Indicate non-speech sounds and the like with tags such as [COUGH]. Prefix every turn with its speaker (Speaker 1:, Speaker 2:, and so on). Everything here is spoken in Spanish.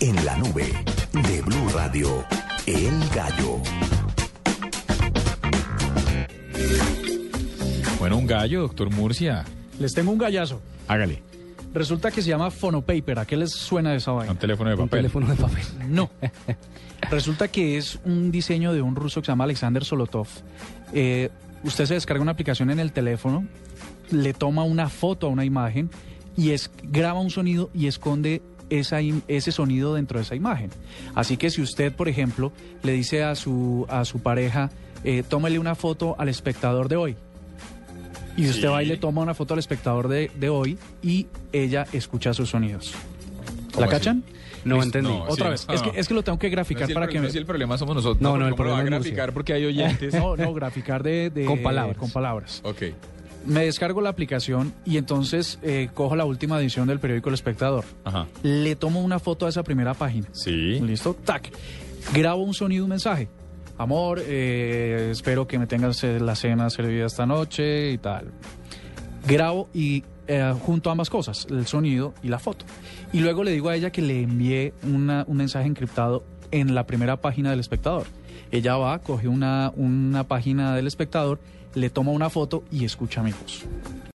Speaker 1: En la nube de Blue Radio, El Gallo.
Speaker 2: Bueno, un gallo, doctor Murcia.
Speaker 3: Les tengo un gallazo.
Speaker 2: Hágale.
Speaker 3: Resulta que se llama Fonopaper. ¿A qué les suena esa
Speaker 2: Un
Speaker 3: vaina?
Speaker 2: teléfono de papel.
Speaker 4: de papel.
Speaker 3: No. Resulta que es un diseño de un ruso que se llama Alexander Solotov. Eh, usted se descarga una aplicación en el teléfono, le toma una foto a una imagen y es, graba un sonido y esconde esa im- ese sonido dentro de esa imagen. Así que si usted, por ejemplo, le dice a su, a su pareja, eh, tómale una foto al espectador de hoy. Y usted va y le toma una foto al espectador de, de hoy y ella escucha sus sonidos.
Speaker 2: ¿Cómo
Speaker 3: ¿La
Speaker 2: así?
Speaker 3: cachan?
Speaker 4: No
Speaker 2: Listo,
Speaker 4: entendí.
Speaker 2: no,
Speaker 3: Otra
Speaker 2: sí,
Speaker 3: vez.
Speaker 2: no,
Speaker 3: es,
Speaker 2: no.
Speaker 3: que, es que lo tengo que graficar
Speaker 2: No es el
Speaker 3: para
Speaker 2: pro-
Speaker 3: que...
Speaker 2: no
Speaker 3: me-
Speaker 2: es el problema somos nosotros.
Speaker 4: No, no,
Speaker 2: porque
Speaker 4: el
Speaker 2: ¿cómo lo va a
Speaker 4: problema es Murcia.
Speaker 2: graficar porque hay oyentes.
Speaker 3: [LAUGHS] No, no, graficar de, de-
Speaker 4: Con palabras.
Speaker 3: Con palabras.
Speaker 2: Ok.
Speaker 3: Me descargo la aplicación y entonces eh, cojo la última edición del periódico El Espectador.
Speaker 2: Ajá.
Speaker 3: Le tomo una foto a esa primera página.
Speaker 2: Sí.
Speaker 3: Listo, tac. Grabo un sonido, un mensaje. Amor, eh, espero que me tengas eh, la cena servida esta noche y tal. Grabo y eh, junto ambas cosas, el sonido y la foto. Y luego le digo a ella que le envié una- un mensaje encriptado en la primera página del espectador. Ella va, coge una, una página del espectador, le toma una foto y escucha mi voz.